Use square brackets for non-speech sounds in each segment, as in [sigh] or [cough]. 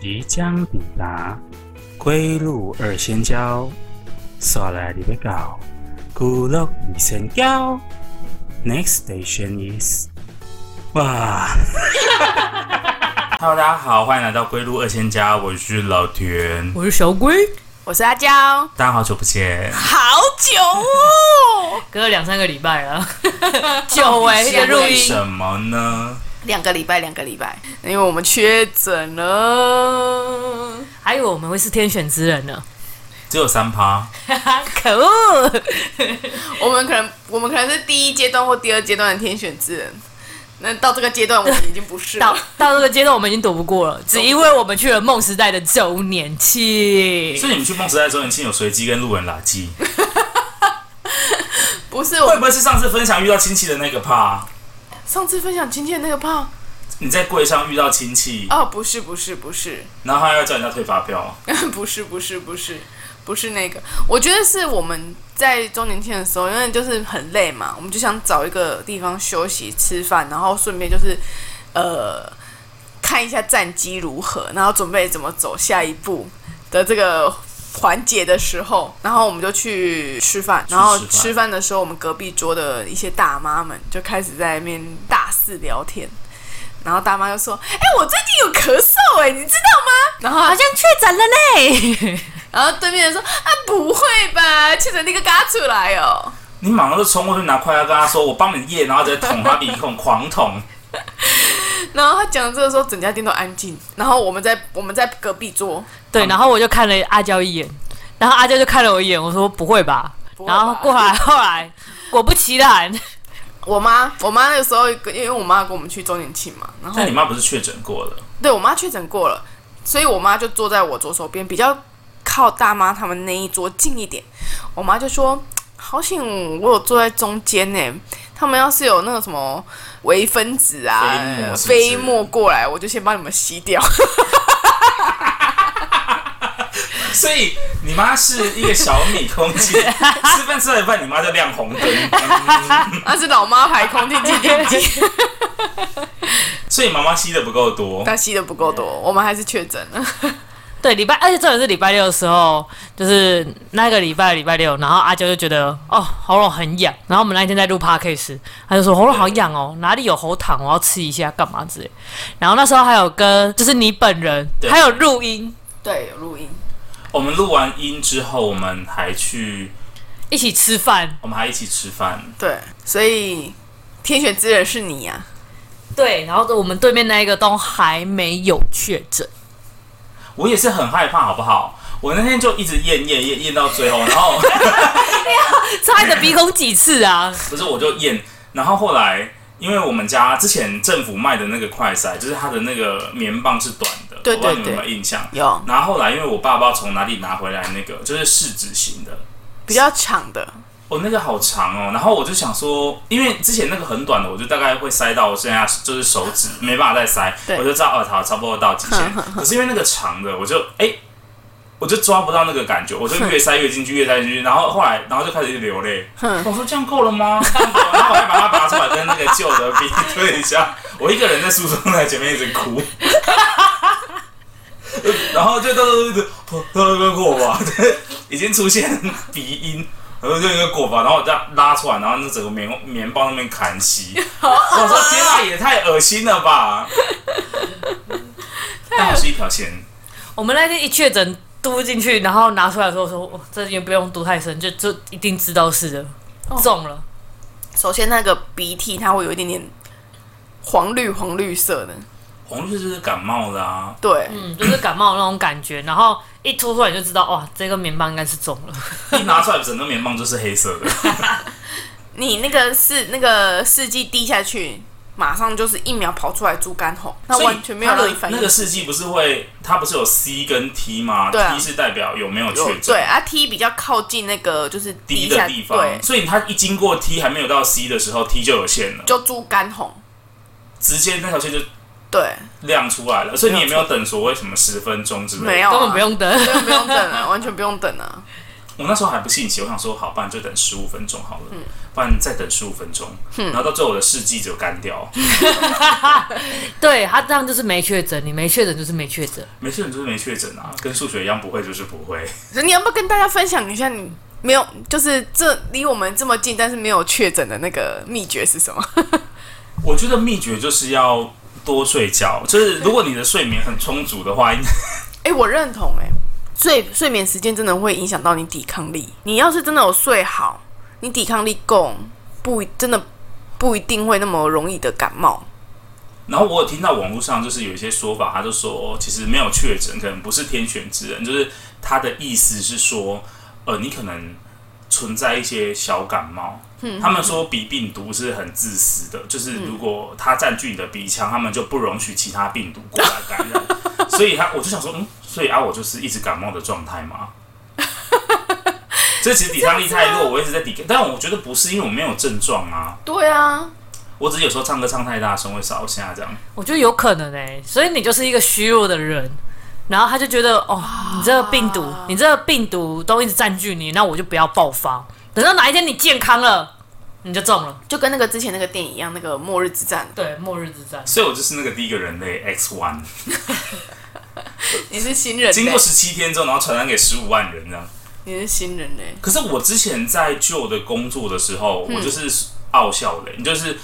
即将抵达归路二仙交，刷来你要到古乐二仙交。Next station is，哇！Hello，大家好，欢迎来到归路二仙交，我是老田。我是小龟，我是阿娇，大家好久不见，好久哦，隔了两三个礼拜了，久违的录为音，什么呢？两个礼拜，两个礼拜，因为我们确诊了， [laughs] 还以为我们会是天选之人呢，只有三趴， [laughs] 可恶！我们可能我们可能是第一阶段或第二阶段的天选之人，那到这个阶段我们已经不 [laughs] 是到了， [laughs] 到这个阶段，我们已经躲不过了，只因为我们去了梦时代的周年庆。所以你们去梦时代周年庆有随机跟路人拉鸡，哦不是我会们不会是上次分享遇到亲戚的那个趴？上次分享亲戚的那个胖你在柜上遇到亲戚，哦，不是不是不是然后他要叫人家退发票， [laughs] 不是不是不是不是那个，我觉得是我们在周年庆的时候，因为就是很累嘛，我们就想找一个地方休息吃饭，然后顺便就是呃看一下战机如何，然后准备怎么走下一步的这个环节的时候，然后我们就去吃饭，然后去吃饭吃饭的时候，我们隔壁桌的一些大妈们就开始在那边大肆聊天。然后大妈就说：“哎、我最近有咳嗽、哎，你知道吗？”然后好像确诊了嘞！然后对面人说：“啊，不会吧，确诊那个嘎出来哦。你马上就冲过去拿快乐跟他说：“我帮你验。”然后直接捅他鼻孔，狂 [laughs] 捅。”然后他讲这个时候，整家店都安静。然后我们在我们在隔壁桌， [laughs] 对，然后我就看了阿娇一眼，然后阿娇就看了我一眼，我说不会吧？不会吧然后过来，后来果不其然，我妈我妈那个时候，因为我妈跟我们去周年庆嘛，然后但你妈不是确诊过了？对我妈确诊过了，所以我妈就坐在我左手边，比较靠大妈他们那一桌近一点。我妈就说：“好险我有坐在中间呢，他们要是有那个什么微分子飞沫啊、是不是飞沫过来，我就先帮你们吸掉。”所以你妈是一个小米空气，吃饭吃到一半，你妈就亮 [laughs] 红灯。那是老妈牌空气净电机，所以妈妈吸的不够多。但吸的不够多，我们还是确诊了。对，礼拜，而且重点是礼拜六的时候，就是那个礼拜礼拜六，然后阿娇就觉得哦喉咙很痒，然后我们那一天在录 podcast，她就说喉咙好痒哦，哪里有喉糖，我要吃一下干嘛之类。然后那时候还有跟就是你本人对还有录音对，有录音，我们录完音之后，我们还去，一起吃饭，我们还一起吃饭。对，所以天选之人是你啊呀、对，然后我们对面那一个都还没有确诊，我也是很害怕，好不好？我那天就一直验验验验到最后，然 [laughs] 后差你的鼻孔几次啊？不是我就验，然后后来因为我们家之前政府卖的那个快塞，就是它的那个棉棒是短的，对我不知道你对们有没有印象？有然后后来因为我爸爸从哪里拿回来那个，就是试纸型的，比较长的，哦，那个好长哦。然后我就想说，因为之前那个很短的，我就大概会塞到我现在就是手指没办法再塞，对我就知道哦，好，差不多到极限。可是因为那个长的，我就哎。我就抓不到那个感觉，我就越塞越进去，越塞越进去，然后后来，然后就开始流泪。我说这样够了吗？这样够了然后我还把它拔出来，跟那个旧的比对一下。我一个人在诉讼台前面一直哭， [laughs] 然后就到到到到过吧， [laughs] 对，已经出现鼻音，然后就一个过吧，然后我这样拉出来，然后那整个棉棉包那边砍 [laughs] 息，我说天啊，也太恶心了吧！但我是一条线，我们那天一确诊嘟进去，然后拿出来的时候说，哦这也不用嘟太深，就就一定知道是的，中了。首先那个鼻涕它会有一点点黄绿黄绿色的，红绿就是感冒的啊。对，嗯，就是感冒那种感觉，然后一吐出来就知道，哇，这个棉棒应该是中了。一拿出来，整个棉棒就是黑色 [laughs] 的。你那个是那个试剂滴下去。马上就是一秒跑出来猪肝红，那所以完全没有它让的你反应。那个试剂不是会，它不是有 C 跟 T 吗、对啊 t 是代表有没有有确诊对，啊，T 比较靠近那个就是，D 滴的下地方，对，所以它一经过 T 还没有到 C 的时候，T 就有线了，就猪肝红，直接那条线就对，亮出来了。所以你也没有等所谓什么十分钟之类的，没有、啊，啊根本不用等。 [laughs] [laughs] 对，不用等了，完全不用等了。我那时候还不信邪，我想说好，不然就等十五分钟好了，不然再等十五分钟，然后到最后我的试剂就干掉，对他这样就是没确诊，你没确诊就是没确诊。没确诊就是没确诊啊，跟数学一样，不会就是不会。可是你要不要跟大家分享一下你没有，就是这离我们这么近，但是没有确诊的那个秘诀是什么？我觉得秘诀就是要多睡觉，就是如果你的睡眠很充足的话，应该 [laughs] 哎、我认同哎、睡睡眠时间真的会影响到你抵抗力。你要是真的有睡好，你抵抗力够，不一真的不一定会那么容易的感冒。然后我有听到网络上就是有一些说法，他就说哦其实没有确诊，可能不是天选之人，就是他的意思是说，呃，你可能存在一些小感冒。他们说鼻病毒是很自私的，就是如果它占据你的鼻腔，他们就不容许其他病毒过来感染。所以他我就想说，嗯，所以啊，我就是一直感冒的状态吗？这其实抵抗力太弱，我一直在抵抗，但我觉得不是，因为我没有症状啊，对啊，我只是有时候唱歌唱太大声会烧瞎这样。我觉得有可能哎、所以你就是一个虚弱的人，然后他就觉得哦，你这个病毒，你这个病毒都一直占据你，那我就不要爆发。等到哪一天你健康了，你就中了。就跟那个之前那个电影一样，那个《末日之战对，末日之战。所以我就是那个第一个人类 X One，》，你是新人经类过，十七天之后，然后传染给十五万人这样。你是新人哎嘞，可是我之前在旧的工作的时候，我就是傲笑人，就是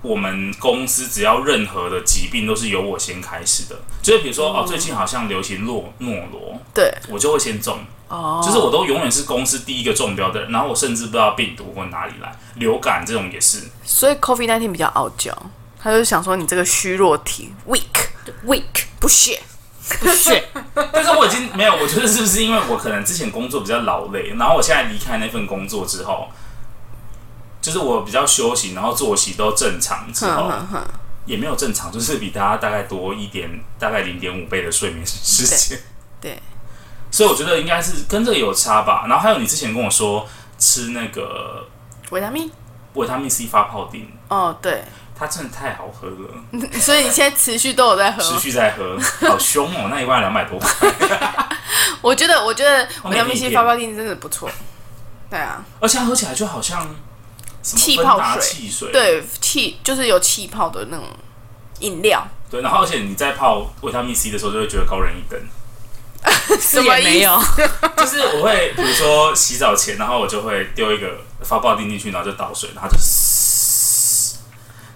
我们公司只要任何的疾病都是由我先开始的，就是比如说、哦，最近好像流行诺诺罗，对，我就会先中，哦，就是我都永远是公司第一个中标的人，然后我甚至不知道病毒或哪里来，流感这种也是，所以 COVID 1 9比较傲娇，他就想说你这个虚弱体 weak Weak 不屑，不屑，但是我已经没有，我觉得是不是因为我可能之前工作比较劳累，然后我现在离开那份工作之后，就是我比较休息，然后作息都正常之哼后，哼哼，也没有正常，就是比大家大概多一点，大概零点五倍的睡眠时间。 [laughs] 对对所以我觉得应该是跟这个有差吧。然后还有你之前跟我说吃那个维他命，维他命 C 发泡锭，哦对， [laughs] 它真的太好喝了，所以你现在持续都有在喝持吗，续在喝，好凶哦！那一罐两百 [laughs] 多块，我觉得我觉得我维他命每天 C 一发片泡锭真的不错，对啊，而且它喝起来就好像什么气芬泡达水汽水，对气就是有气泡的那种饮料，对。然后而且你在泡维他命 C 的时候，就会觉得高人一等。是什么也意思没有。就是我会比如说洗澡前，然后我就会丢一个发泡钉进去，然后就倒水，然后就嘶，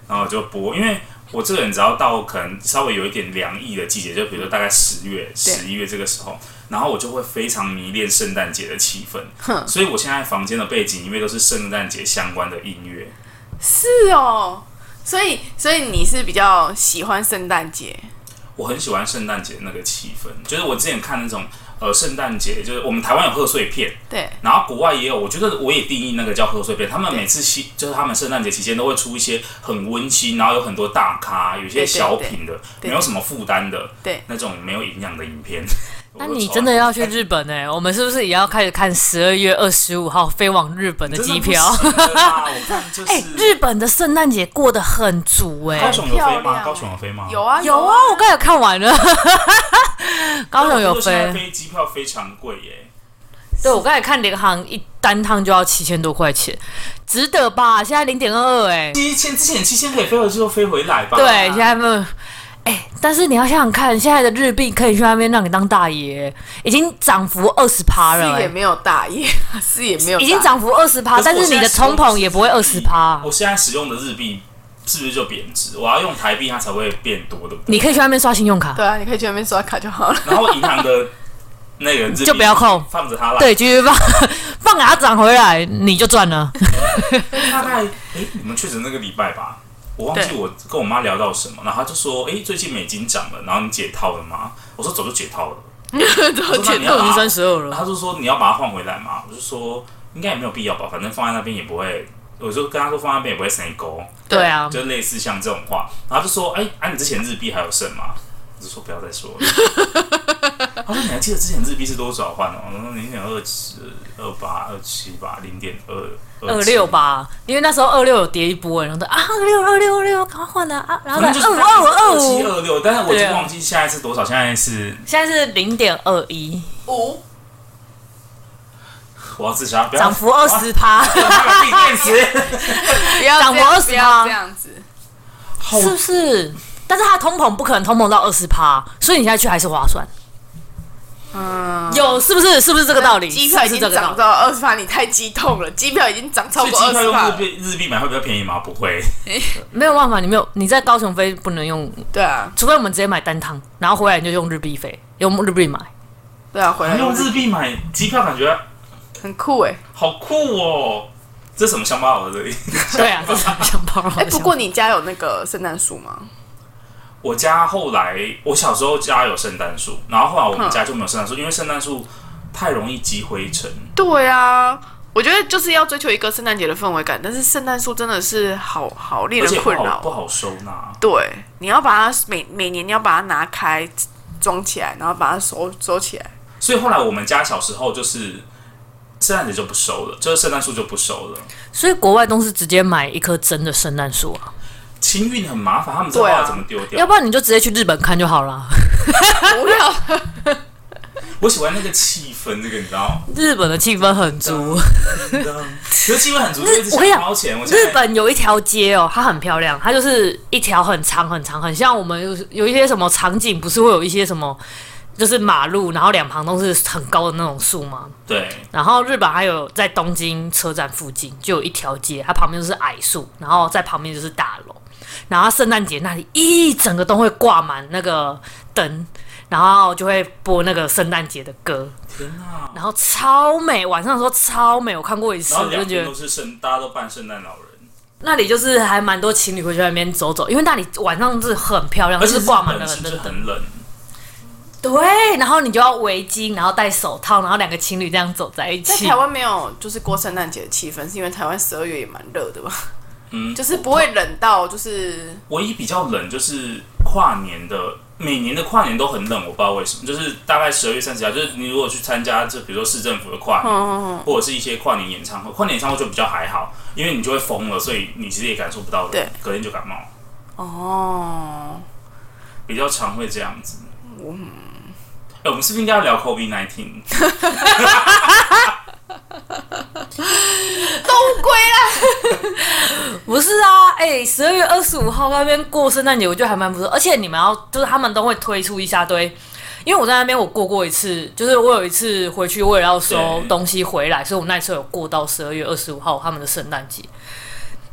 然后我就拨，因为我这个人只要到可能稍微有一点凉意的季节，就比如说大概十月、十一月这个时候，然后我就会非常迷恋圣诞节的气氛，所以我现在房间的背景音乐都是圣诞节相关的音乐。是哦，所以所以你是比较喜欢圣诞节，我很喜欢圣诞节那个气氛，就是我之前看那种呃圣诞节，就是我们台湾有贺岁片，对然后国外也有，我觉得我也定义那个叫贺岁片。他们每次期就是他们圣诞节期间都会出一些很温馨，然后有很多大咖，有一些小品的，对对没有什么负担的，对那种没有营养的影 [laughs] 片。那我就你超真的要去日本呢、我们是不是也要开始看十二月二十五号飞往日本的机票？真的不行了啦我看就是、 [laughs] 哎、日本的圣诞节过得很足哎、高雄有飞漂吗？亮高雄有飞吗？有啊有啊，我刚才看完 [laughs] 了，高雄有现在飞，飞机票非常贵耶。对我刚才看联航一单趟就要七千多块钱，值得吧？现在零点二二哎，七千之前七千可以飞回去就飞回来吧。对，现在没有。哎、但是你要想想看，现在的日币可以去那边让你当大爷，已经涨幅二十趴了、是也哎没有大意， [laughs] 是也没有大意，已经涨幅二十趴，啊但可我是你现的在使用冲捧也不会日二币十趴。我现在使用的日币是不是就贬值？我要用台币它才会变多，对不对？你可以去那边刷信用卡，对啊，你可以去那边刷卡就好了。然后银行的那个日币 [laughs] 就不要扣放着它啦。，对，继续放 [laughs] 放给它涨回来，你就赚 [laughs] 了。大概哎，你们确诊那个礼拜吧，我忘记对我跟我妈聊到什么，然后她就说，哎，最近美金涨了，然后你解套了吗？我说早就解套了，早解 [laughs] 套已经三十二了，她就说你要把它换回来吗？我就说应该也没有必要吧，反正放在那边也不会。我就跟她说放在那边也不会生沟，对啊，就类似像这种话，然后她就说，哎，啊你之前日币还有剩吗？我就说不要再说了。 [laughs] 她说：“你还记得之前日币是多少换哦？我说零点二七、二八、二七吧，零点二二六，吧，因为那时候二六有跌一波，然后说啊二六二六二六，赶快换啊啊，然后反正再就是二五二五二七五，二六，但是我已对经啊忘记现在是多少，现在是现在是零点二一，五我要自杀，不要涨幅二十趴，闭电池。 [laughs] 不要涨这样我不20要吗这样子，好是不是？但是它通膨不可能通膨到二十趴，所以你现在去还是划算。嗯，有是不是？是不是这个道理？机票已是不经是这个道涨理。到二十趴，你太激动了，机票已经涨超所以过机二票十用趴日了，币日币买会比较便宜吗？不会，没有办法，你没有你在高雄飞不能用，对啊，除非我们直接买单趟，然后回来你就用日币飞，用日币买。对啊，哎回来用日币买机票感觉很酷哎、好酷哦。这什么乡巴佬的这里？对啊，这是想包容。哎、不过你家有那个圣诞树吗？我家后来，我小时候家有圣诞树，然后后来我们家就没有圣诞树，因为圣诞树太容易积灰尘。对啊，我觉得就是要追求一个圣诞节的氛围感，但是圣诞树真的是好好令而且人不困好扰不。好收纳，对，你要把它每每年你要把它拿开装起来，然后把它收收起 [laughs] 来。所以后来我们家小时候就是圣诞节就不收了，就是圣诞树就不收了。所以国外都是直接买一棵真的圣诞树啊，清运很麻烦，他们知道对啊要怎么丢掉。要不然你就直接去日本看就好 [laughs] 了。不要，我喜欢那个气氛，这个你知道吗？日本的气氛很啊足。可是气氛很足，就一直我跟你想讲掏钱。我现日在本有一条街哦，它很漂亮，它就是一条很长很长，很像我们有有一些什么场景，不是会有一些什么，就是马路，然后两旁都是很高的那种树吗？对，然后日本还有在东京车站附近就有一条街，它旁边就是矮树，然后在旁边就是大楼。然后圣诞节那里一整个都会挂满那个灯，然后就会播那个圣诞节的歌，天哪！然后超美，晚上的时候超美，我看过一次，然后我两就觉边得都是圣，大家都扮圣诞老人，那里就是还蛮多情侣会去那边走走，因为那里晚上是很漂亮，而就且是挂满了日本很是不多是灯。很冷？对，然后你就要围巾，然后戴手套，然后两个情侣这样走在一在起台。湾没有就是过圣诞节的气氛，是因为台湾十二月也蛮热的吧？嗯 [laughs] 就是不会冷到就是唯一比较冷就是跨年的，每年的跨年都很冷，我不知道为什么，就是大概十二月三十号，就是你如果去参加这，比如说市政府的跨嗯年，或者是一些跨年演唱会，跨年演唱会就比较还好，因为你就会疯了，所以你其实也感受不到对冷，隔天就感冒，嗯哦，比较常会这样子。嗯哎、我们是不是应该要聊 COVID nineteen？都归啦。不是啊，哎、十二月二十五号那边过圣诞节，我觉得还蛮不错。而且你们要，就是他们都会推出一大堆，因为我在那边我过过一次，就是我有一次回去为了要收对东西回来，所以我那一次有过到十二月二十五号他们的圣诞节。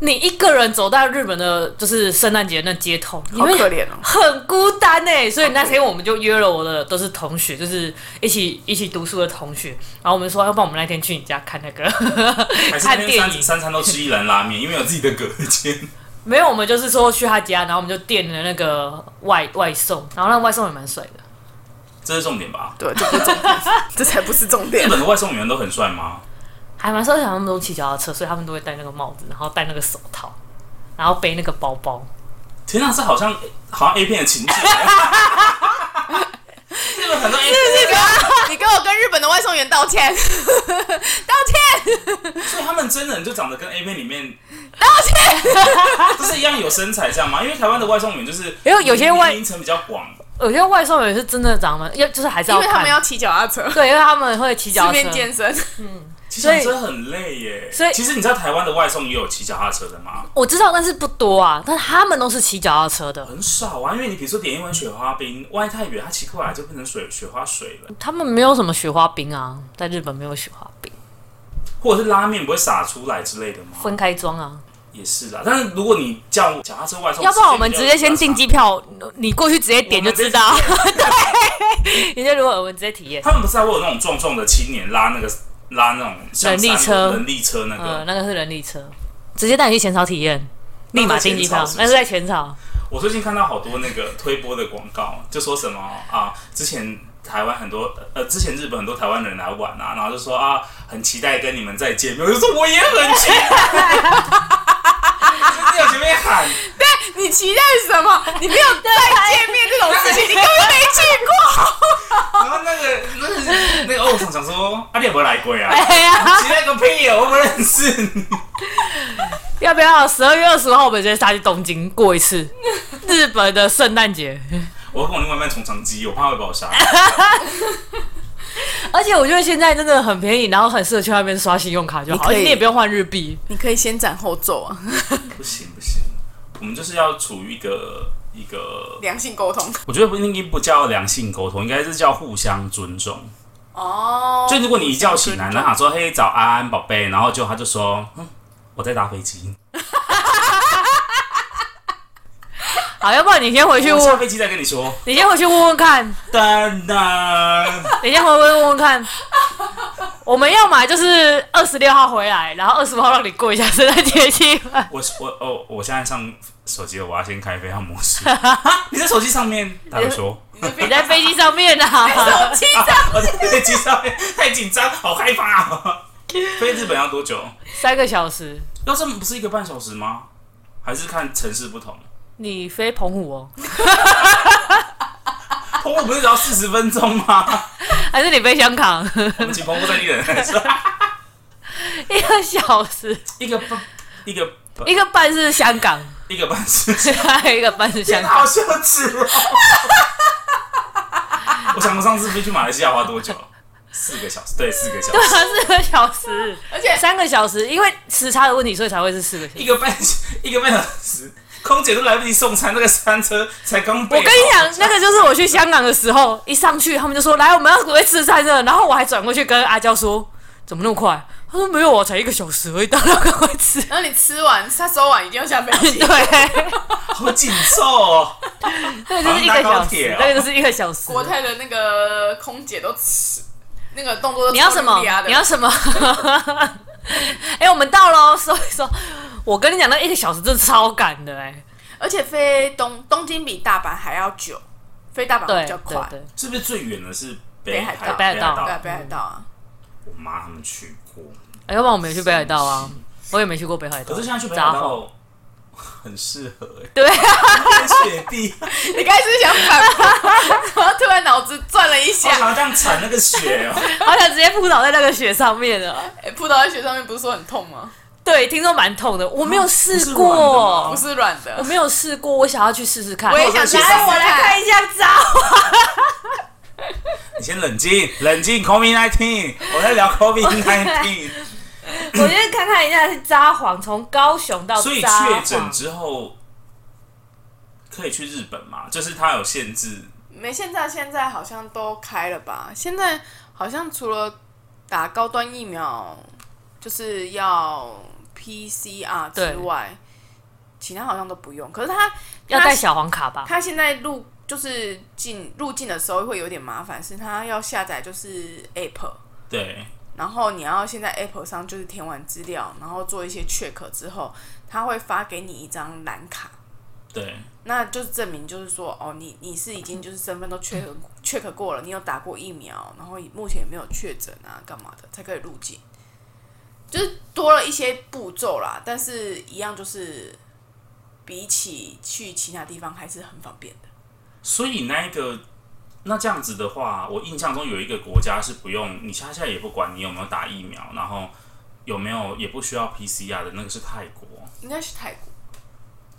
你一个人走到日本的，就是圣诞节那街头，你好会可怜哦很孤单哎、所以那天我们就约了我的都是同学，就是一起一起读书的同学，然后我们说，要不然我们那天去你家看那个还是那 [laughs] [laughs] 看天电三影，三餐都吃一兰拉面，因为有自己的隔间。 [laughs] 没有，我们就是说去他家，然后我们就订了那个外外送，然后那外送也蛮帅的。这是重点吧？对，这不是重 [laughs] 点，这才不是重点日。本的外送员都很帅吗？还蛮帅的，他们都骑脚踏车，所以他们都会戴那个帽子，然后戴那个手套，然后背那个包包。天哪，这好像好 [laughs] 像 A 片的情节。日本很多 A 片，你给我，你给我跟日本的外送员道歉， [laughs] 道歉，所以他们真人就长得跟 A 片里面道歉。就是一样有身材这样吗？因为台湾的外送员就是因为有些外年龄层比较广，有些外送员是真的长得，要就是还是因要为他看们，要骑脚踏车，对，因为他们会骑脚顺踏车便。健身。其所以实真的很累耶。所以其实你知道台湾的外送也有骑脚踏车的吗？我知道，但是不多啊，但是他们都是骑脚踏车的，很少啊，因为你比如说点一碗雪花冰，万一太远，它骑过来就变成水雪花水了，他们没有什么雪花冰啊，在日本没有雪花冰，或者是拉面不会洒出来之类的吗？分开装啊。也是啦，但是如果你叫脚踏车外送，要不然我们时直间比较接先订机票，你过去直接点就知道我。 [laughs] 对，你就如果我们直接体验。他们不是还会有那种壮壮的青年拉那个拉那种像人力山路车人力车那个。嗯，那个是人力车，直接带你去前朝体验，立马订机那在票前朝是不，是那是在前朝。我最近看到好多那个推播的广告，就说什么啊，之前台湾很多呃，之前日本很多台湾人来玩啊，然后就说啊，很期待跟你们再见面，我就说我也很期待。就是在前面喊，你期待什么？你没有再见面这种事情，你根本没去过。然后那个那个那个欧总想说，啊，你有没有来过啊？ [laughs] 哎呀，期待个屁哦，我不认识你。要不要十二月二十号我们直接杀去东京过一 [laughs] 次日本的圣诞节？我要跟我另外一半从长计议，我怕会把我杀。而且我觉得现在真的很便宜，然后很适合去那边刷信用卡就好，你而可以且你也不用换日币。你可以先斩后奏啊，不行不行，我们就是要处于一个一个，良性沟通。我觉得不应该不叫良性沟通，应该是叫互相尊重。哦，就如果你一觉醒来，然后他说：“嘿，早安，宝贝。”然后就他就说：“嗯，我在搭飞机，好，要不然你先 [laughs] 回去我下问，飞机再跟你说。 [laughs] 你先回去问问看，”当然，你先回去问问 [laughs] 看。我们要买就是二十六号回来，然后二十号让你过一下圣诞节气氛。我我哦，我现在上手机了，我要先开飞行模式。你在手机上面，他就说你在飞机上面啊？手机：“啊上，我在飞机上面，太紧张，好害怕、啊。”飞日本要多久？三个小时，要这么不是一个半小时吗？还是看城市不同？你飞澎湖哦， [laughs] [laughs] 澎湖不是只要四十分钟吗？ [laughs] 还是你飞香港？我们请澎湖在地人来说， [laughs] 一个小时，一个半，一个半一个半是香港，一个半时 [laughs] 一个半是香天哪， [laughs] 港。好羞耻哦！我想我上次飞去马来西亚花多久？四个小时，对，四个小时，啊四个小时，而且三个小时，因为时差的问题，所以才会是四个小时。一个半一个半小时，空姐都来不及送餐，那个餐车才刚备我好。跟你讲，那个就是我去香港的时候，一上去他们就说来，我们要准备吃餐了，然后我还转过去跟阿娇说，怎么那么快？他说没有啊，才一个小时而已，当然赶快吃。 [laughs] 然后你吃完，他收完一定要下飞机。对，好紧凑哦，那个就是一个好像搭小高铁时哦，[laughs] 那个就是一个小时。国泰的那个空姐都吃，那个动作都你要什么超啊厉害？的你要什么？ [laughs] 哎、我们到喽，所以说，我跟你讲，那一个小时真的超赶的哎、而且飞东东京比大阪还要久，飞大阪对比较快对。对，是不是最远的是北海道？海道北北对海啊，北海道啊，我妈他们去过，哎要不然我没有去北海道啊，我也没去过北海道。可是现在去北海札幌道很适合 [laughs] 哎、对啊欸，雪地， [laughs] 你刚才是想反驳， [laughs] 然后突然脑子转了一好下。想哦要这样铲那个雪 [laughs] 哦。好想直接扑倒在那个雪上面了。哎，扑倒在雪上面不是说很痛吗？对，听说蛮痛的，我没有试啊不是软的吗过不，是软我的，没有试过，我想要去试试看。我也想想试试看来，我来看一下照。你先冷静，冷静，COVID nineteen，我在 [laughs] 聊 COVID nineteen。我先看看一下是札幌，从高雄到所以札确幌诊之后可以去日本吗？就是它有限制， [laughs] 没现在现在好像都开了吧？现在好像除了打高端疫苗，就是要 PCR 对之外，其他好像都不用。可是他要带小黄卡吧？他现在入就是进入境的时候会有点麻烦，是他要下载就是 app，对，然后你要先在 app 上就是填完资料，然后做一些 check 之后，他会发给你一张蓝卡，对，那就是证明就是说哦，你你是已经就是身份都 check check 过了，你有打过疫苗，然后目前也没有确诊啊，干嘛的才可以入境，就是多了一些步骤啦，但是一样就是比起去其他地方还是很方便的。所以那一个。那这样子的话，我印象中有一个国家是不用你，现在也不管你有没有打疫苗，然后有没有也不需要 PCR 的那个是泰国，应该是泰国。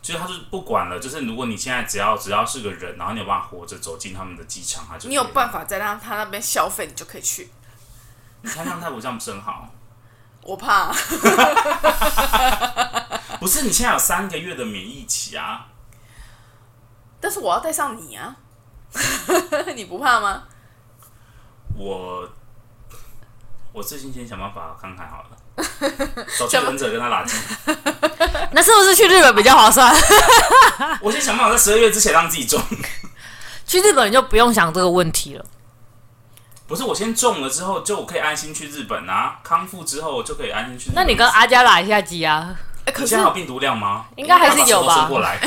就是他就是不管了，就是如果你现在只要只要是个人，然后你有办法活着走进他们的机场，他就你有法？办法再让他那边消费，你就可以去。你看像泰国这样不是很好？我怕，不是，你现在有三个月的免疫期啊，但是我要带上你啊， [laughs] 你不怕吗？我我最近先想办法看看好了， [laughs] 找确诊者跟他拉近。那是不是去日本比较划算？我先想办法在十二月之前让自己中。去日本你就不用想这个问题了。不是，我先中了之后，就我可以安心去日本啊，康复之后我就可以安心去日本。那你跟阿佳打一下机啊，哎、可你是现在有病毒量吗？应该还是有把手都伸吧？过 [laughs] 来，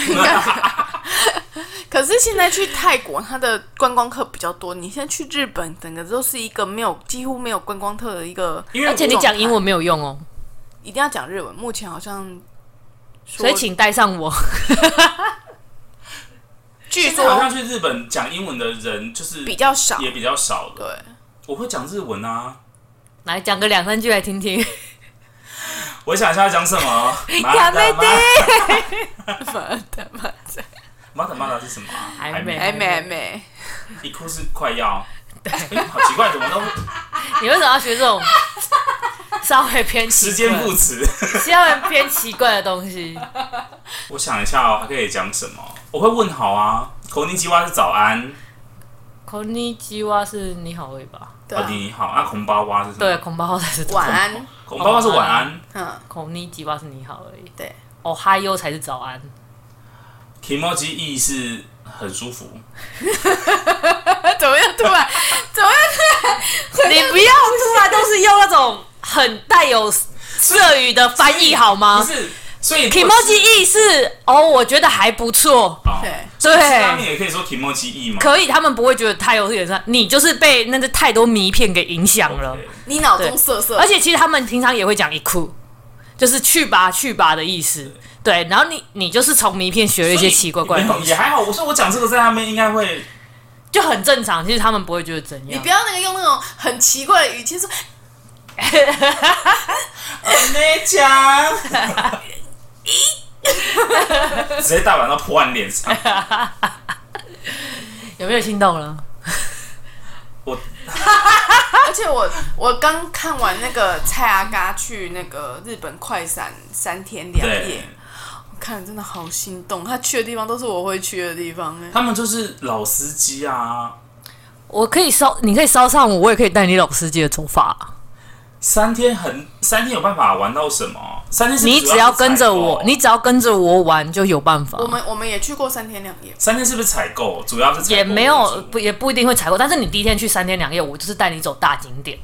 可是现在去泰国，它的观光客比较多。你现在去日本，整个都是一个没有几乎没有观光客的一个，因为而且你讲英文没有啊用哦，一定要讲日文。目前好像说，所以请带上我。据现在好像说去日本讲英文的人就是比较少。也比较少了。对，我会讲日文啊，来讲个两三句来听 [laughs] 听。我想一下要讲什么。 [laughs] 亚美妈的妈的妈的，妈的妈的是什么啊？还没哎妹妹，，E [laughs] [laughs] 一哭是快要，哎好奇怪，怎么都你为什么要学这 [laughs] 种稍微偏奇时间怪不值。稍微偏奇怪的东西？ [laughs] 我想一下哦，还可以讲什么？我会问好啊，口尼基蛙是早安，孔尼基蛙是你好味吧？对哦啊，你好，那红包蛙是什么？对，，孔巴号才是早晚安，红包蛙是晚安嗯，孔尼基蛙是你好而已。对，哦嗨哟才是早安。 ，Kimoji E 是很舒服， [laughs] 怎么样？突然，怎么样？你不要突然都是用那种很带有色语的翻译好不吗是，所以？Kimoji 意是哦，我觉得还不错。哦对，他们对，也可以说 Kimoji E 嘛，可以，他们不会觉得太有点上，你就是被那个太多迷片给影响了。 OK 你脑中瑟瑟，而且其实他们平常也会讲一哭，就是去吧去吧的意思。对，然后你你就是从迷片学了一些奇怪怪的没有东西也，还好。我说我讲这个在他们应该会，就很正常。其实他们不会觉得怎你样不。要那个用那种很奇怪的语气说，很没哦 [laughs] 讲，直接大碗到泼完脸哎上。有没有心动了？我而且我我刚看完那个蔡阿嘎去那个日本快闪三天两对夜，，我看了真的好心动。他去的地方都是我会去的地方哎、他们就是老司机啊，我可以烧，你可以烧上我，我也可以带你老司机的走法。三天很三天有办法玩到什么？三天是你不是只要跟着我采，购你只要跟着我玩就有办法我。们我们也去过三天两夜，三天是不是采购？主要是采购也没有为主不也不一定会采购，但是你第一天去三天两夜，我就是带你走大景点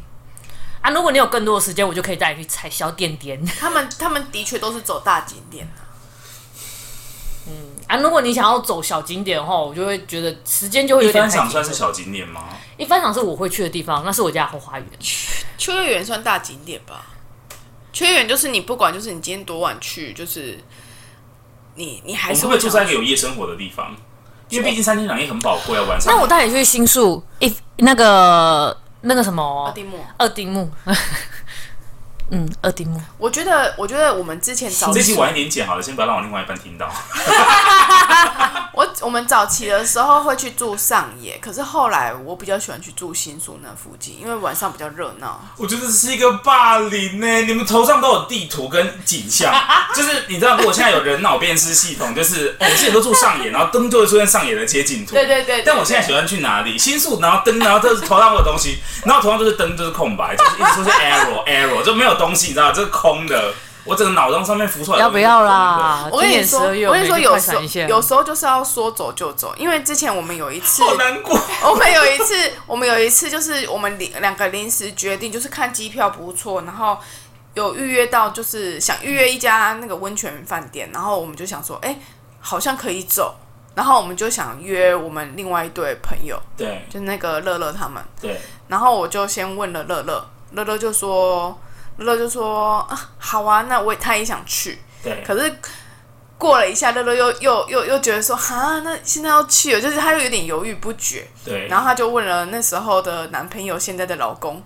啊。如果你有更多的时间，我就可以带你去踩小点点。他们他们的确都是走大景点啊，啊，如果你想要走小景点的话，我就会觉得时间就会有一点般太赏紧算是了。小景点吗？一番赏是我会去的地方，那是我家的后花园。秋叶原算大景点吧？秋叶原就是你不管就是你今天多晚去，就是你你我还们是会不会住在想一个有夜生活的地方？因为毕竟三天两夜很宝贵啊，晚上那我带你去新宿一那个那个什么巴蒂莫。二丁目， [laughs] 嗯，二丁目。我觉得我觉得我们之前早这期期晚一点剪好了，先不要让我另外一半听到。我我们早期的时候会去住上野，可是后来我比较喜欢去住新宿那附近，因为晚上比较热闹。我觉得这是一个霸凌呢、你们头上都有地图跟景象， [laughs] 就是你知道，如果现在有人脑辨识系统，就是、哦、我之前都住上野，然后灯就会出现上野的街景图。对对对对但我现在喜欢去哪里？新宿，然后灯，然后这是头上会有东西， [laughs] 然后头上就是灯，就是空白，就是一直出现 [laughs] arrow arrow，就没有东西，你知道，这是空的。我整个脑中上面浮出来的要不要啦？我跟今你年说， 12月我跟你说，们有快时闪候一下有时候就是要说走就走，因为之前我们有一次，空的。好难过，我们有一次，我们有一次就是我们临两个临时决定，就是看机票不错，然后有预约到，就是想预约一家那个温泉饭店，然后我们就想说，哎、好像可以走，然后我们就想约我们另外一对朋友，对就那个乐乐他们。对，然后我就先问了乐乐，乐乐就说，乐乐就说啊，好啊，那我也他也想去。对，可是过了一下，乐乐又又又又觉得说，哈，那现在要去了，就是他又有点犹豫不决。对，然后他就问了那时候的男朋友，现在的老公，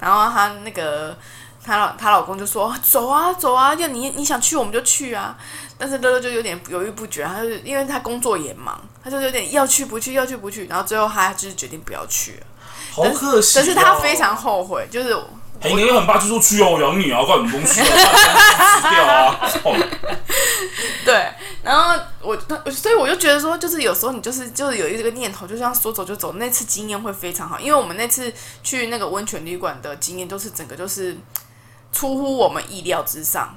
然后他那个她老她老公就说走啊走啊，要你你想去我们就去啊。但是乐乐就有点犹豫不决，他就因为他工作也忙，他就有点要去不去要去不去，然后最后他就是决定不要去了。好可惜、啊但是他非常。后悔，就是哎，你又很霸气说去哦，我养你啊，怪你们公司啊，把你公司吃掉 [laughs] 啊，哦对，然后我他，所以我就觉得说，就是有时候你就是就是有一个念头，就像说走就走，那次经验会非常好，因为我们那次去那个温泉旅馆的经验，就是整个就是出乎我们意料之上，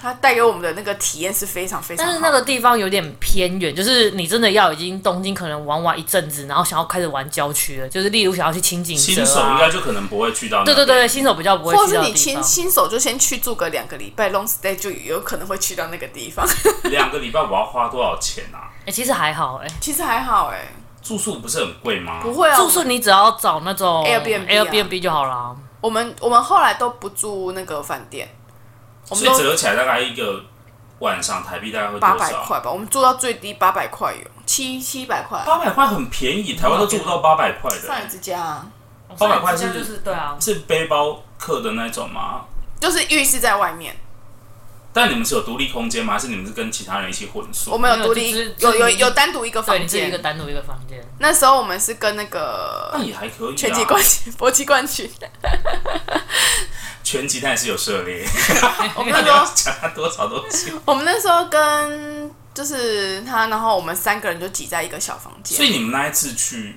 它带给我们的那个体验是非常非常但好。是那个地方有点偏远，就是你真的要已经东京可能玩完一阵子，然后想要开始玩郊区了，就是例如想要去清景新手泽应啊，该就可能不会去到那对边。对对，新手比较不会或去是到的你地新方。新手就先去住个两个礼拜，long stay 就有可能会去到那个地方。 [laughs] 两个礼拜我要花多少钱啊？哎、其实还好哎、其实还好哎、住宿不是很贵吗？不会啊。住宿你只要找那种 Airbnb 啊 Airbnb 就好啦。我们我们后来都不住那个饭店，我们所以都折合起来大概一个晚上台币大概会八多百少？啊块吧，我们住到最低八百块有七七百块，八百块很便宜，台湾都住不到八百块上一的。之家、啊、八百块是上一次就是对啊，是背包客的那种吗？就是浴室在外面，但你们是有独立空间吗？还是你们是跟其他人一起混宿？我们没有有独就立是，就有有是有单独一个对，你房自己一个间。单独一个房间，那时候我们是跟那个那也还可以、啊。拳击冠军、搏击冠 [laughs] 军，全集但是有涉 [laughs] 猎，我们那时候讲他啊多少东西。啊我们那时候跟就是他，然后我们三个人就挤在一个小房所间。以你们那一次去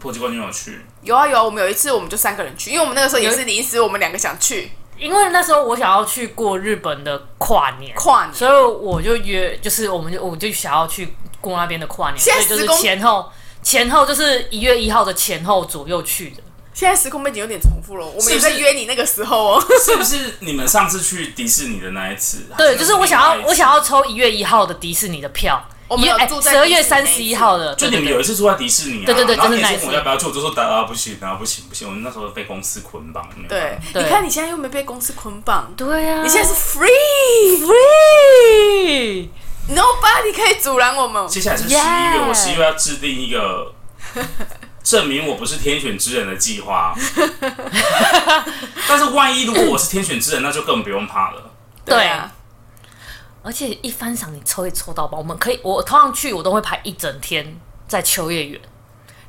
破击冠军有去，有啊有啊，我们有一次我们就三个人去，因为我们那个时候也有一是临时，我们两个想去因为那时候我想要去过日本的跨年，跨年。所以我就约，就是我们就我就想要去过那边的跨年，所现在以就时是空前后前后就是一月一号的前后左右去的。现在时空背景有点重复了，我们是也不是在约你那个时候哦。是不是你们上次去迪士尼的那一次？啊对，就是我想要我想要，要抽一月一号的迪士尼的票，我们有住在十二月迪士尼那一三次十一号的，就对你们有一次住在迪士尼、啊，对对对然后你就是那也一说次我要不要去，我就说啊不行啊不行不行，我们那时候被公司捆绑，没有办法， [laughs] [laughs] 对对你看你现在又没被公司捆绑，对呀、啊，你现在是 free，nobody free，可以阻拦我们。接下来是十一月， Yeah 我十一月要制定一个证明我不是天选之人的计划。 [laughs] 但是万一如果我是天选之人，那就更不用怕了。对啊， [laughs] 而且一翻赏你抽也抽到爆，我们可以，我通常去我都会排一整天在秋叶原。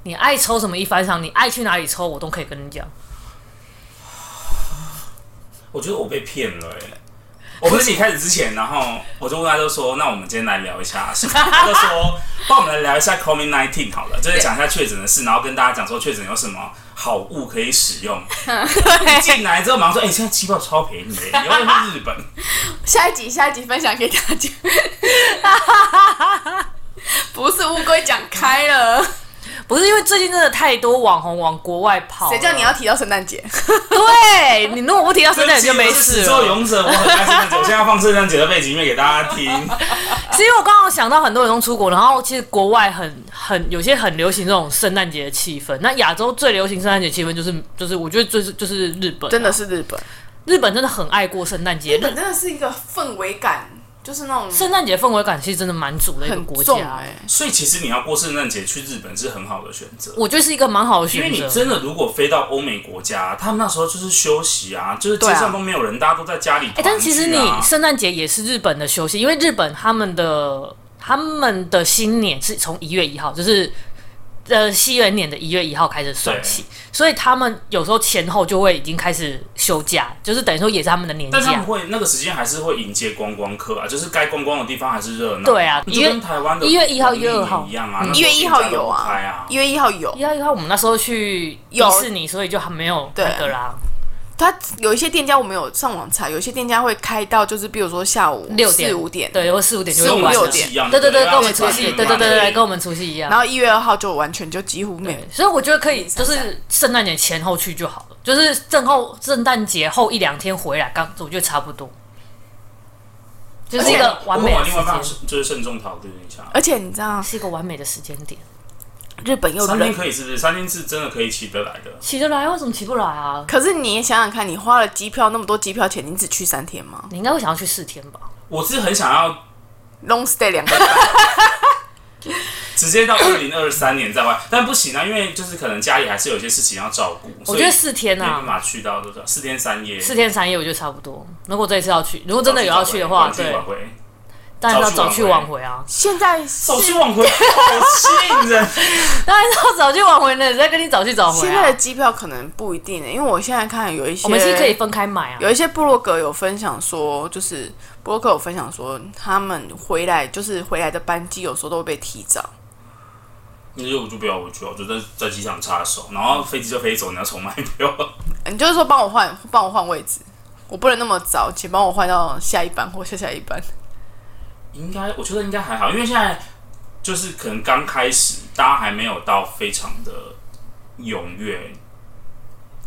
你爱抽什么一翻赏，你爱去哪里抽，我都可以跟你讲。我觉得我被骗了、欸，我们自己开始之前，然后我就问他，就说：“那我们今天来聊一下什么？”他就说：“帮我们来聊一下 COVID nineteen 好了，就是讲一下确诊的事，然后跟大家讲说确诊有什么好物可以使用。”一进来之后，马上说：“哎、现在机票超便宜、欸，你要不要去日本？”下一集下一集分享给大 [laughs] 家。不是乌龟讲开了，不是因为最近真的太多网红往国外跑了，谁叫你要提到圣诞节？对你如果不提到圣诞节就没事始作了。俑者，我很爱圣诞节，我现在要放圣诞节的背景音乐给大家听。 [laughs] [laughs] 是因为我刚好想到很多人都出国，然后其实国外很很有些很流行这种圣诞节的气氛。那亚洲最流行圣诞节气氛就是就是我觉得最是就是日本，啊真的是日本，日本真的很爱过圣诞节，日本真的是一个氛围感，就是那种圣诞节氛围感其实真的蛮足的一个很国重家。欸哎、所以其实你要过圣诞节去日本是很好的选择，我觉得是一个蛮好的因为选你择。真的如果飞到欧美国家，他们那时候就是休息啊，就是街对啊上都没有人，大家都在家里、啊哎、但其实你圣诞节也是日本的休息，因为日本他们的他们的新年是从一月一号，就是呃西元年的一月一号开始算起，所以他们有时候前后就会已经开始休假，就是等于说也是他们的年但他们假。会那个时间还是会迎接观光客啊，就是该观光的地方还是热闹。对啊就跟台湾的1月1号1月2号1一样啊，那一时候月一号店家都有不开啊，啊一月一号有，一号一号，我们那时候去迪有士尼，所以就还没有那个啦，它有一些店家我们有上网查，有一些店家会开到就是比如说下午六点四五点，对，啊或四五点就跟会我们关六除了。夕一样，对对对，不跟我们除要夕，去对对团对圆嘛对，跟我们除夕一样然。后一月二号就完全就几乎没有对，所以我觉得可以，零就散散是圣诞节前后去就好了，就是正后圣诞节后一两天回来，刚我觉得差不多，就是一个完我美的往时另外一方间，就是慎重考虑一下。而且你知道是一个完美的时间点。日本又三天冷，可以是不是？三天是真的可以起得来的。起得来，为什么起不来啊？可是你也想想看，你花了机票那么多机票钱，你只去三天吗你应该会想要去四天吧？我是很想要？Long stay [laughs] 两个礼拜，直接到二零二三年再玩，但不行啊，因为就是可能家里还是有一些事情要照顾，我所以觉得四天没办啊，法去到多少四天三夜。四天三夜我觉得差不多。如果这一次要去，如果真的有要去的话，早去对晚，回，当然是要早早去去晚晚回回啊，现在早去是晚回，好吸引人。当然是要早去晚回呢，再跟你早去早回现在啊的。机票可能不一定、欸因为我现在看有一些我们是可以分开买啊，有一些部落格有分享说，就是部落格有分享说，他们回来就是回来的班机有时候都会被提早。 [laughs] 那就我就不要回去了，我就在在机场插手，然后飞机就飞走，你要重买票。你就是说帮我换，帮我换位置，我不能那么早，请帮我换到下一班或下下一班。应该我觉得应该还好，因为现在就是可能刚开始，大家还没有到非常的踊跃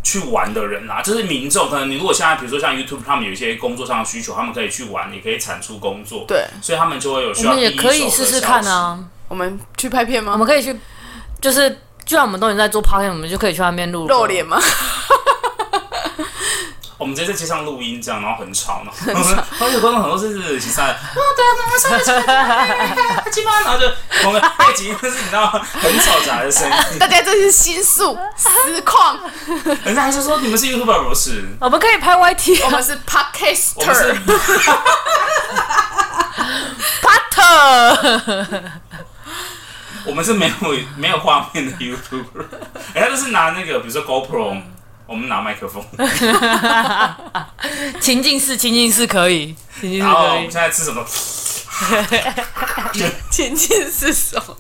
去玩的人啦、就是民众。可能你如果现在比如说像 YouTube，他们有一些工作上的需求，他们可以去玩，也可以产出工作，对，所以他们就会有我需要们也第一可手以的试试消看息。啊。我们去拍片我吗？们可以去，就是既然我们都已经在做 p o c a s t 我们就可以去那边录露脸。吗？我们直接在街上录音这样，然后很吵，然后 [laughs] 而且观众很多是其他的，啊对啊，怎么上去？鸡巴，然后就 [laughs] 我们背景音就是你知道很吵杂的声音，大家这是心术实况，人家还是说你们是 YouTuber 不是？ [laughs] 我们可以拍 YT，我啊们是我们 podcaster，是， [laughs] 的。我们是没有没有画面的 YouTuber，哎、他就是拿那个，比如说 GoPro，我们拿麦克风，情境式，情境式可以，情境然式后可我们以现。在吃什么？ [laughs] 前进是什么？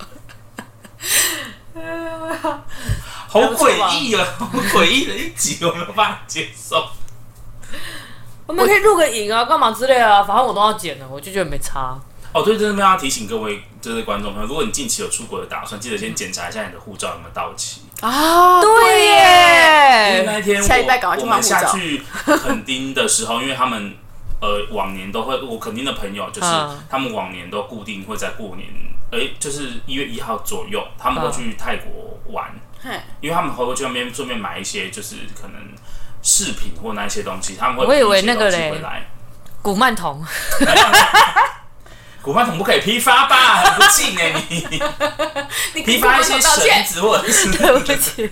好诡异啊，好诡异的一集，我没有办法接受。我们可以录个影啊，干嘛之类啊，反正我都要剪了，我就觉得没差。哦，对，真的要提醒各位就是观众朋友，如果你近期有出国的打算，记得先检查一下你的护照有没有到期。啊，对因为耶，那一天我下礼拜赶快去我换们护下照去垦丁的时候，因为他们呃往年都会，我垦丁的朋友就是嗯他们往年都固定会在过年，哎、就是一月一号左右，他们会嗯去泰国玩，嘿因为他们会去那边顺便买一些就是可能饰品或那些东西，他们会我以为批一些那个东西嘞回来。古曼童，古曼童不可以批发吧？很不敬 [laughs] 哎、你你批发一些道绳歉，子或者 [laughs] 是对 [laughs] 不起，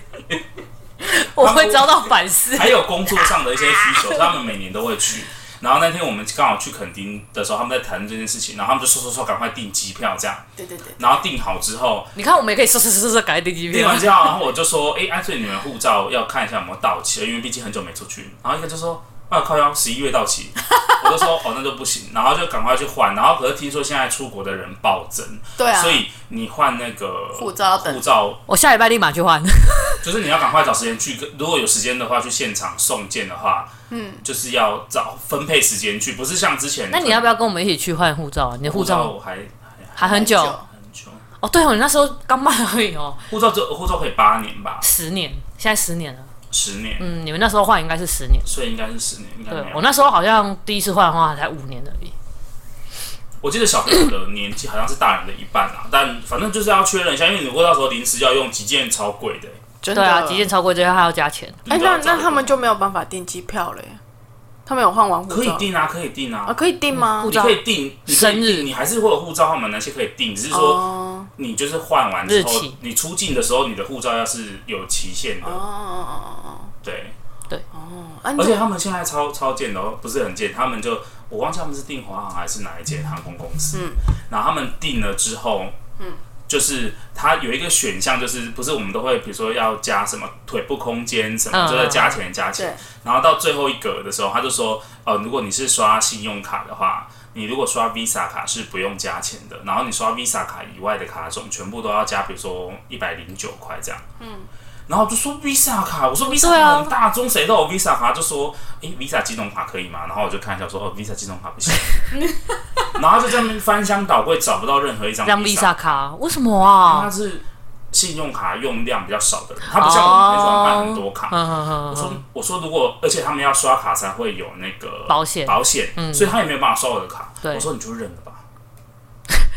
我会遭到反思。还有工作上的一些需求，所以他们每年都会去。然后那天我们刚好去垦丁的时候，他们在谈论这件事情，然后他们就说说说，赶快订机票这样。对对对，然后订好之后，你看，我们也可以说说说说改订机订票完。之后，然后我就说，哎、安顺，你们护照要看一下有没有到期，因为毕竟很久没出去。然后一个就说，啊靠腰，十一月到 [laughs] 期，我就说哦那就不行，然后就赶快去换。然后可是听说现在出国的人暴增，对啊所以你换那个护照要等护照我下礼拜立马去换。 [laughs] 就是你要赶快找时间去，跟如果有时间的话，去现场送件的话，嗯，就是要找分配时间去，不是像之前。那你要不要跟我们一起去换护照啊？你的护护照？照我还还很久很久很久，哦。对哦，你那时候刚办而已哦，护照只护照可以八年吧，十年，现在十年了。十年，嗯，你们那时候换应该是十年。所以应该是十年，应该对没有。我那时候好像第一次换的话才五年而已。我记得小朋友的年纪好像是大人的一半啊，但反正就是要确认一下，因为如果到时候临时要用几件超贵的、真的对啊，极限超过这个还要加钱。哎，那那他们就就没有办法订机票嘞？他们有换完护照可以订啊，可以订啊？啊。可以订吗护？你照可以订你可以生日订你还是会有护照号码那些可以订，只是说哦你就是换完之日后期，你出境的时候，你的护照要是有期限的，哦哦对。哦，啊，而你且他们现在超超贱的哦，不是很贱，他们就我忘记他们是订华航还是哪一间航空公司，嗯然后他们订了之后，就是它有一个选项，就是不是我们都会比如说要加什么腿部空间什么，嗯就在加钱加钱对，然后到最后一格的时候，他就说，呃，如果你是刷信用卡的话。你如果刷 Visa 卡是不用加钱的，然后你刷 Visa 卡以外的卡种全部都要加，比如说一百零九块这样。嗯，然后我就说 Visa 卡，我说 Visa 对卡啊很大众，谁都有 Visa 卡，就说诶 Visa 金融卡可以吗？然后我就看一下说哦 Visa 金融卡不行， [laughs] 然后就在那边翻箱倒柜找不到任何一张这张 Visa Visa 卡为什么他 [laughs] 啊？是信用卡用量比较少的人，他不像我们那种办很多卡。嗯嗯嗯我嗯说我说如果，而且他们要刷卡才会有那个保险嗯保险，所以他也没有办法刷我的卡。对我说你就认了 [laughs] 吧。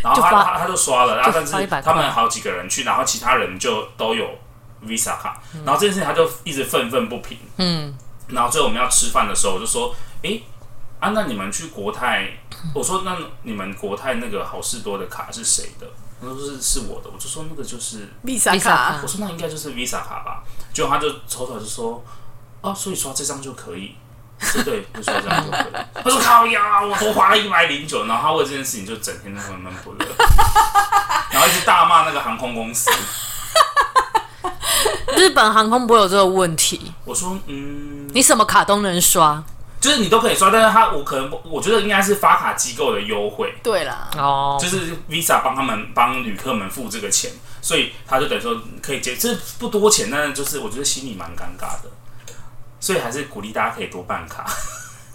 然后就他发他他就刷了，然后啊但发是100块他们好几个人去，然后其他人就都有 Visa 卡，然后这件事情他就一直愤愤不平。嗯，然后最后我们要吃饭的时候，我就说，诶，啊，那你们去国泰，我说那你们国泰那个好事多的卡是谁的？他说是是我的，我就说那个就是，Visa Visa 卡卡我说那应该就是 Visa 卡吧，结果他就抽出来就说，哦，所以刷这张就可以，我说对，就刷这张就可以。 [laughs] 他说靠呀，我多花了一百零九，然后他为这件事情就整天在闷闷不乐， [laughs] 然后一直大骂那个航空公司。日本航空不会有这个问题，我说嗯，你什么卡都能刷就是你都可以刷，但是他我可能我觉得应该是发卡机构的优惠，对啦，哦就。是 Visa 帮他们帮旅客们付这个钱，所以他就等于说可以接，这不多钱，但是就是我觉得心里蛮尴尬的，所以还是鼓励大家可以多办卡。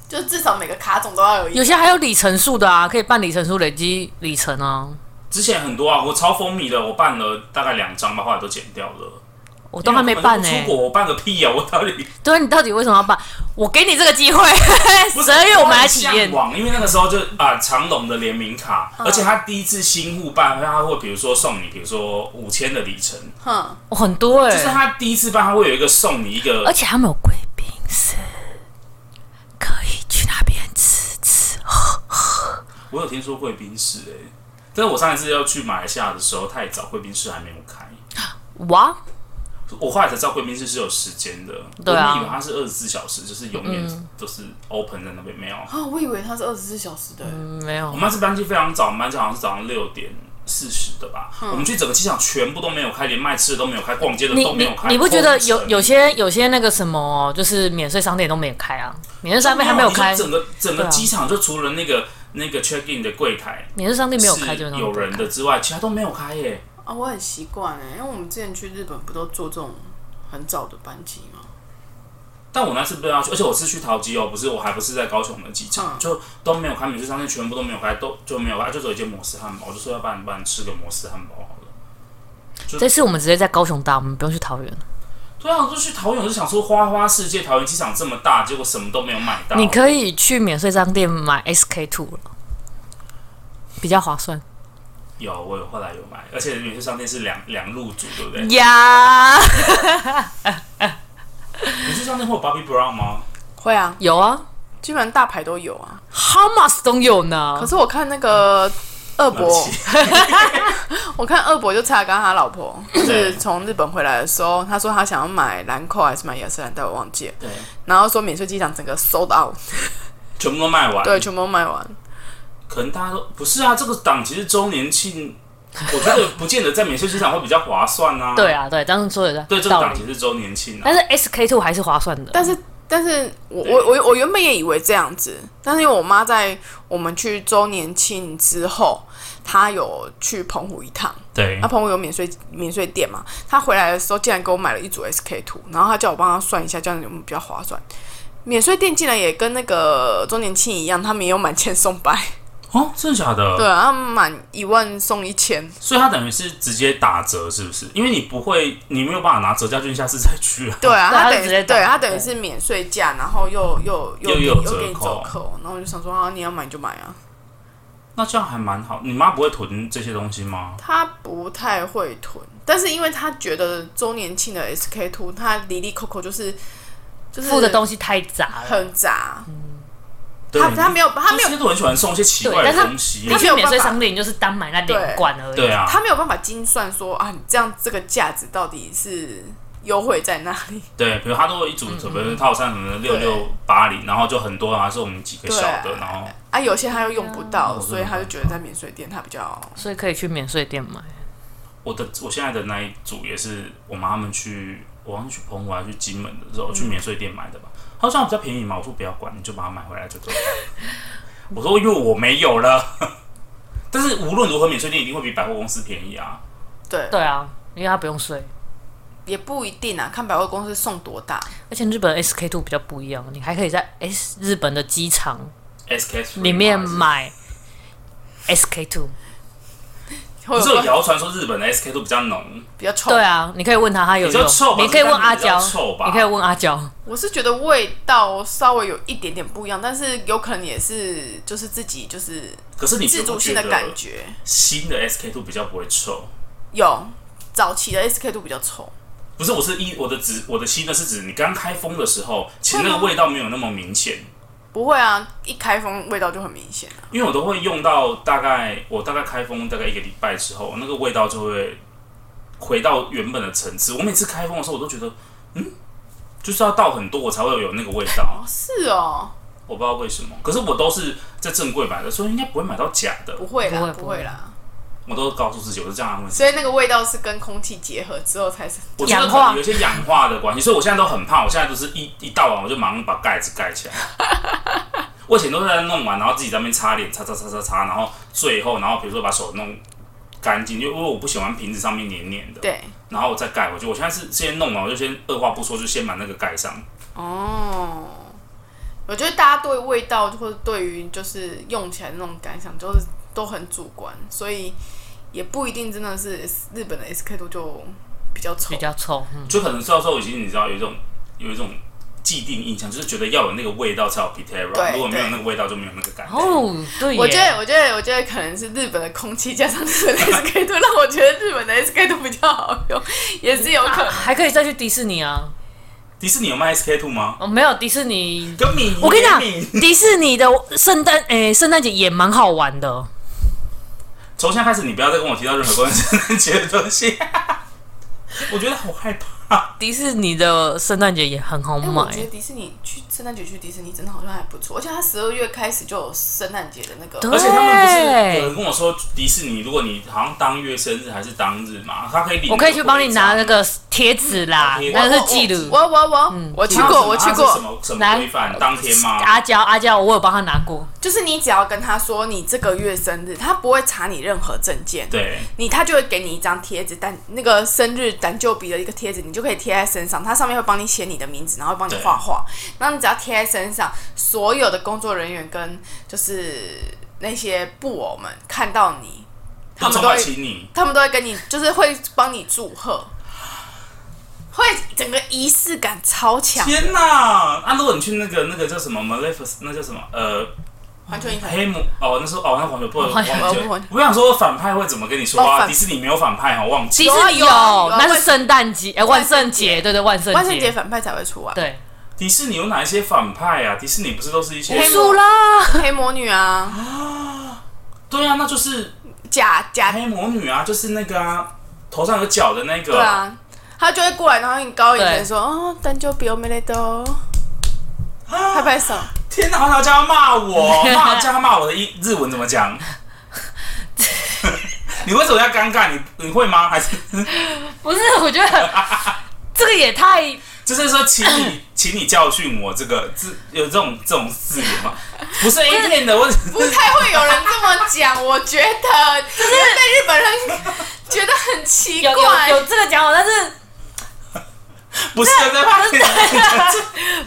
就至少每个卡总都要有一有些还有里程数的啊，可以办里程数累积里程啊。之前很多啊，我超风靡的，我办了大概两张吧，后来都剪掉了。我都还没办呢、因为我根本就不出国我办个屁啊！我到底对啊，你到底为什么要办？我给你这个机会， [laughs] 不十二月我们来啊体验向。往，因为那个时候就啊、长隆的联名卡，嗯而且他第一次新户办，他会比如说送你，比如说五千的里程，哼，哦很多哎、就是他第一次办，他会有一个送你一个而且他们有贵宾室，可以去那边吃吃。我有听说贵宾室哎、但是我上一次要去马来西亚的时候太早，贵宾室还没有开。哇，我后来才知道贵宾室是有时间的，对啊我嗯以为它是二十四小时，就是永远都是 open 在那边没有。啊，我以为它是二十四小时的，嗯没我有们，那次班机非常早，我们班机好像是早上六点。四十的吧，我们去整个机场全部都没有开，连卖吃的都没有开，逛街的嗯你都没你有开。你不觉得有有些些有些那个什么，就是免税商店都没有开啊？免税商店还没有开，整个整对个啊机场就除了那个那个 check in 的柜台免税商店没有开，基本是上有都没人开的之外，其他都没有开耶。啊，我很习惯哎，因为我们之前去日本不都坐这种很早的班机吗？但我那次不知道去，而且我是去桃机哦，不是，我还不是在高雄的机场，嗯就都没有开，免税商店全部都没有开，都就没有开，就只有一间摩斯汉堡，我就说要不然不然吃个摩斯汉堡好了。这次我们直接在高雄搭，我们不用去桃园。对啊，我就去桃园，我就想说花花世界桃园机场这么大，结果什么都没有买到。你可以去免税商店买 SK two 了，比较划算有，我有后来有买，而且免税商店是两两入主，对不嗯对？呀。免税商店会有 Bobby Brown 吗？会啊，有啊嗯基本上大牌都有啊。 ，Hamas 都有可呢。是我看那个二对不 [laughs] 伯，起，我看二伯就查刚他老婆，就是对从日本回来的时候，他说他想要买兰蔻还是买雅诗兰黛，我忘记了。对，然后说免税机场整个 sold out，全部都卖完。对，，全部都卖完。可能大家都不是啊，这个档其实周年庆，我觉得不见得在免税机场会比较划算 [laughs] 啊。对，啊，对，当时说的对，这个道档理其。实周年庆啊。哎但是 SK two 还是划算的，但是，但是我我我我原本也以为这样子，但是因为我妈在我们去周年庆之后，她有去澎湖一趟，对那、，澎湖有免税免税店嘛，她回来的时候竟然给我买了一组 SK two，然后她叫我帮她算一下，这样有没有比较划算。免税店竟然也跟那个周年庆一样，他们也有满千送百，哦，真的假的？嗯对啊，他们满一万送一千，所以它等于是直接打折，是不是？因为你不会，你没有办法拿折价券下次再去啊。对啊，对他哦他等于直接打对他等于对是免税价，然后又又又又给有又折给你折扣扣，然后我就想说啊，你要买就买啊。那这样还蛮好。你妈不会囤这些东西吗？他不太会囤，但是因为他觉得周年庆的 SK two，他离离扣扣就是就是付的东西啊太杂了。很杂，对他他没有他没有现在都很喜欢送一些奇怪对但是的他东西你。他去免税商店，你就是单买那两罐而已。对啊，他没有办法精算说啊，你这样这个价值到底是优惠在哪里？ [laughs] 对，比如他都有一嗯组什么套餐什么的六六八零，然后就很多，然后是我们几个小的，然后啊，有些他又用不到，啊嗯所以他就觉得在免税店他比较所以可以去免税店买。我的我现在的那一组也是我妈他们去，我好像去澎湖还是去金门的时嗯候去免税店买的吧。她说这样啊比较便宜嘛，我说不要管，你就把它买回来就对了。我说因为我没有了， [laughs] 但是无论如何免税店一定会比百货公司便宜啊。对，对啊，因为它不用税，也不一定啊，看百货公司送多大。而且日本 SK two 比较不一样，你还可以在 S 日本的机场 SK 里面买，买 SK two。会不有是有谣传说日本的 SK 都比较浓，比较臭。对啊，你可以问他，他有比较用臭吧你可以问阿但是娇比较臭，吧你可以问阿娇。我是觉得味道稍微有一点点不一样，但是有可能也是就是自己就是可是你自觉主不性觉的感得觉。新的 SK two 比较不会臭？有早期的 SK two 比较臭，不是，我是一我的指我的新的是指你刚开封的时候，其实那个味道没有那么明显。不会啊，一开封味道就很明显啊。因为我都会用到大概我大概开封大概一个礼拜之后，那个味道就会回到原本的层次。我每次开封的时候，我都觉得，嗯，就是要倒很多我才会有那个味道哦，，是哦，我不知道为什么。可是我都是在正柜买的，所以应该不会买到假的。不会不啦，会不会啦。我都告诉自己，我是这样安慰自己。所以那个味道是跟空气结合之后才是。我觉得氧可化能有一些氧化的关系，所以我现在都很怕。我现在都是一一倒完，我就马上把盖子盖起来。 [laughs] 我以前都是在弄完，然后自己在那边擦脸，擦擦擦擦擦，然后最后，然后比如说把手弄干净，因为因为我不喜欢瓶子上面黏黏的，对，然后我再盖回去。我现在是先弄完，我就先二话不说，就先把那个盖上。哦。我觉得大家对味道或者对于就是用起来的那种感想，就是都很主观，所以也不一定真的是日本的 SK two 就比较臭比。较臭，嗯，就可能到时候已经你知道有一种有一种既定印象，就是觉得要有那个味道才有 Pitera，对如果没有那个味道就没有那个感觉。哦，对耶，我觉得，我觉得，我觉得可能是日本的空气加上日本的 [laughs] SK two，让我觉得日本的 SK two 比较好用，也是有 [laughs] 可能。哎还可以再去迪士尼啊。迪士尼有卖 SK two 吗？哦，没有迪士尼，跟米，我跟你讲米，迪士尼的圣诞诶，圣诞节也蛮好玩的。 [laughs] 从现在开始，你不要再跟我提到任何关于圣诞节的东西。我觉得好害怕。迪士尼的圣诞节也很好哎、买我，觉得迪士尼去圣诞节去迪士尼真的好像还不错，而且它十二月开始就有圣诞节的那个，对而且他们不是有人跟我说，迪士尼如果你好像当月生日还是当日嘛，他可以领。我可以去帮你拿那。个贴纸啦嗯，那是记录。哦嗯我我我、我去过，我去他是什过，么什么来规范？当天吗？阿娇，阿娇，我有帮他拿过，就是你只要跟他说你这个月生日，他不会查你任何证件，对，你他就会给你一张贴纸，但那个生日单就笔的一个贴纸，你就可以贴在身上，它上面会帮你写你的名字，然后帮你画画，然后你只要贴在身上，所有的工作人员跟就是那些布偶们看到你，他们都都会会请你。他们都会跟你，就是会帮你祝贺，会整个仪式感超强。天哪！啊，如果你去那个那个叫什么 Maleficent，那叫什么呃环球影城黑姆哦，那时候哦那黄球不能黄忘球记不了能。我想说反派会怎么跟你说哦啊？反迪士尼没有反派哦，忘记其了。实啊有啊有啊那万是圣诞节，哎，万圣节，节对对，万圣万圣节节，反派才会出啊来，对，迪士尼有哪一些反派啊？迪士尼不是都是一些黑魔输啦，黑魔女啊，对啊，那就是假假黑魔女啊，就是那个啊，头上有角的那个。对啊，他就会过来，然后很高一对点说：“哦，但就比我们的多。”拍拍手，天哪！好想叫他骂我，骂叫他骂我的日日文怎么讲？ [laughs] 你为什么要尴尬？你你会吗？还是 [laughs] 不是，我觉得这个也太就是说，请你请你教训我这个字有这种这种字眼吗？不是 A 片的，我 [laughs] 不太会有人这么讲，我觉得就是被日本人觉得很奇有有怪。有这个讲法，但是 [laughs] 不是啊在怕 [laughs]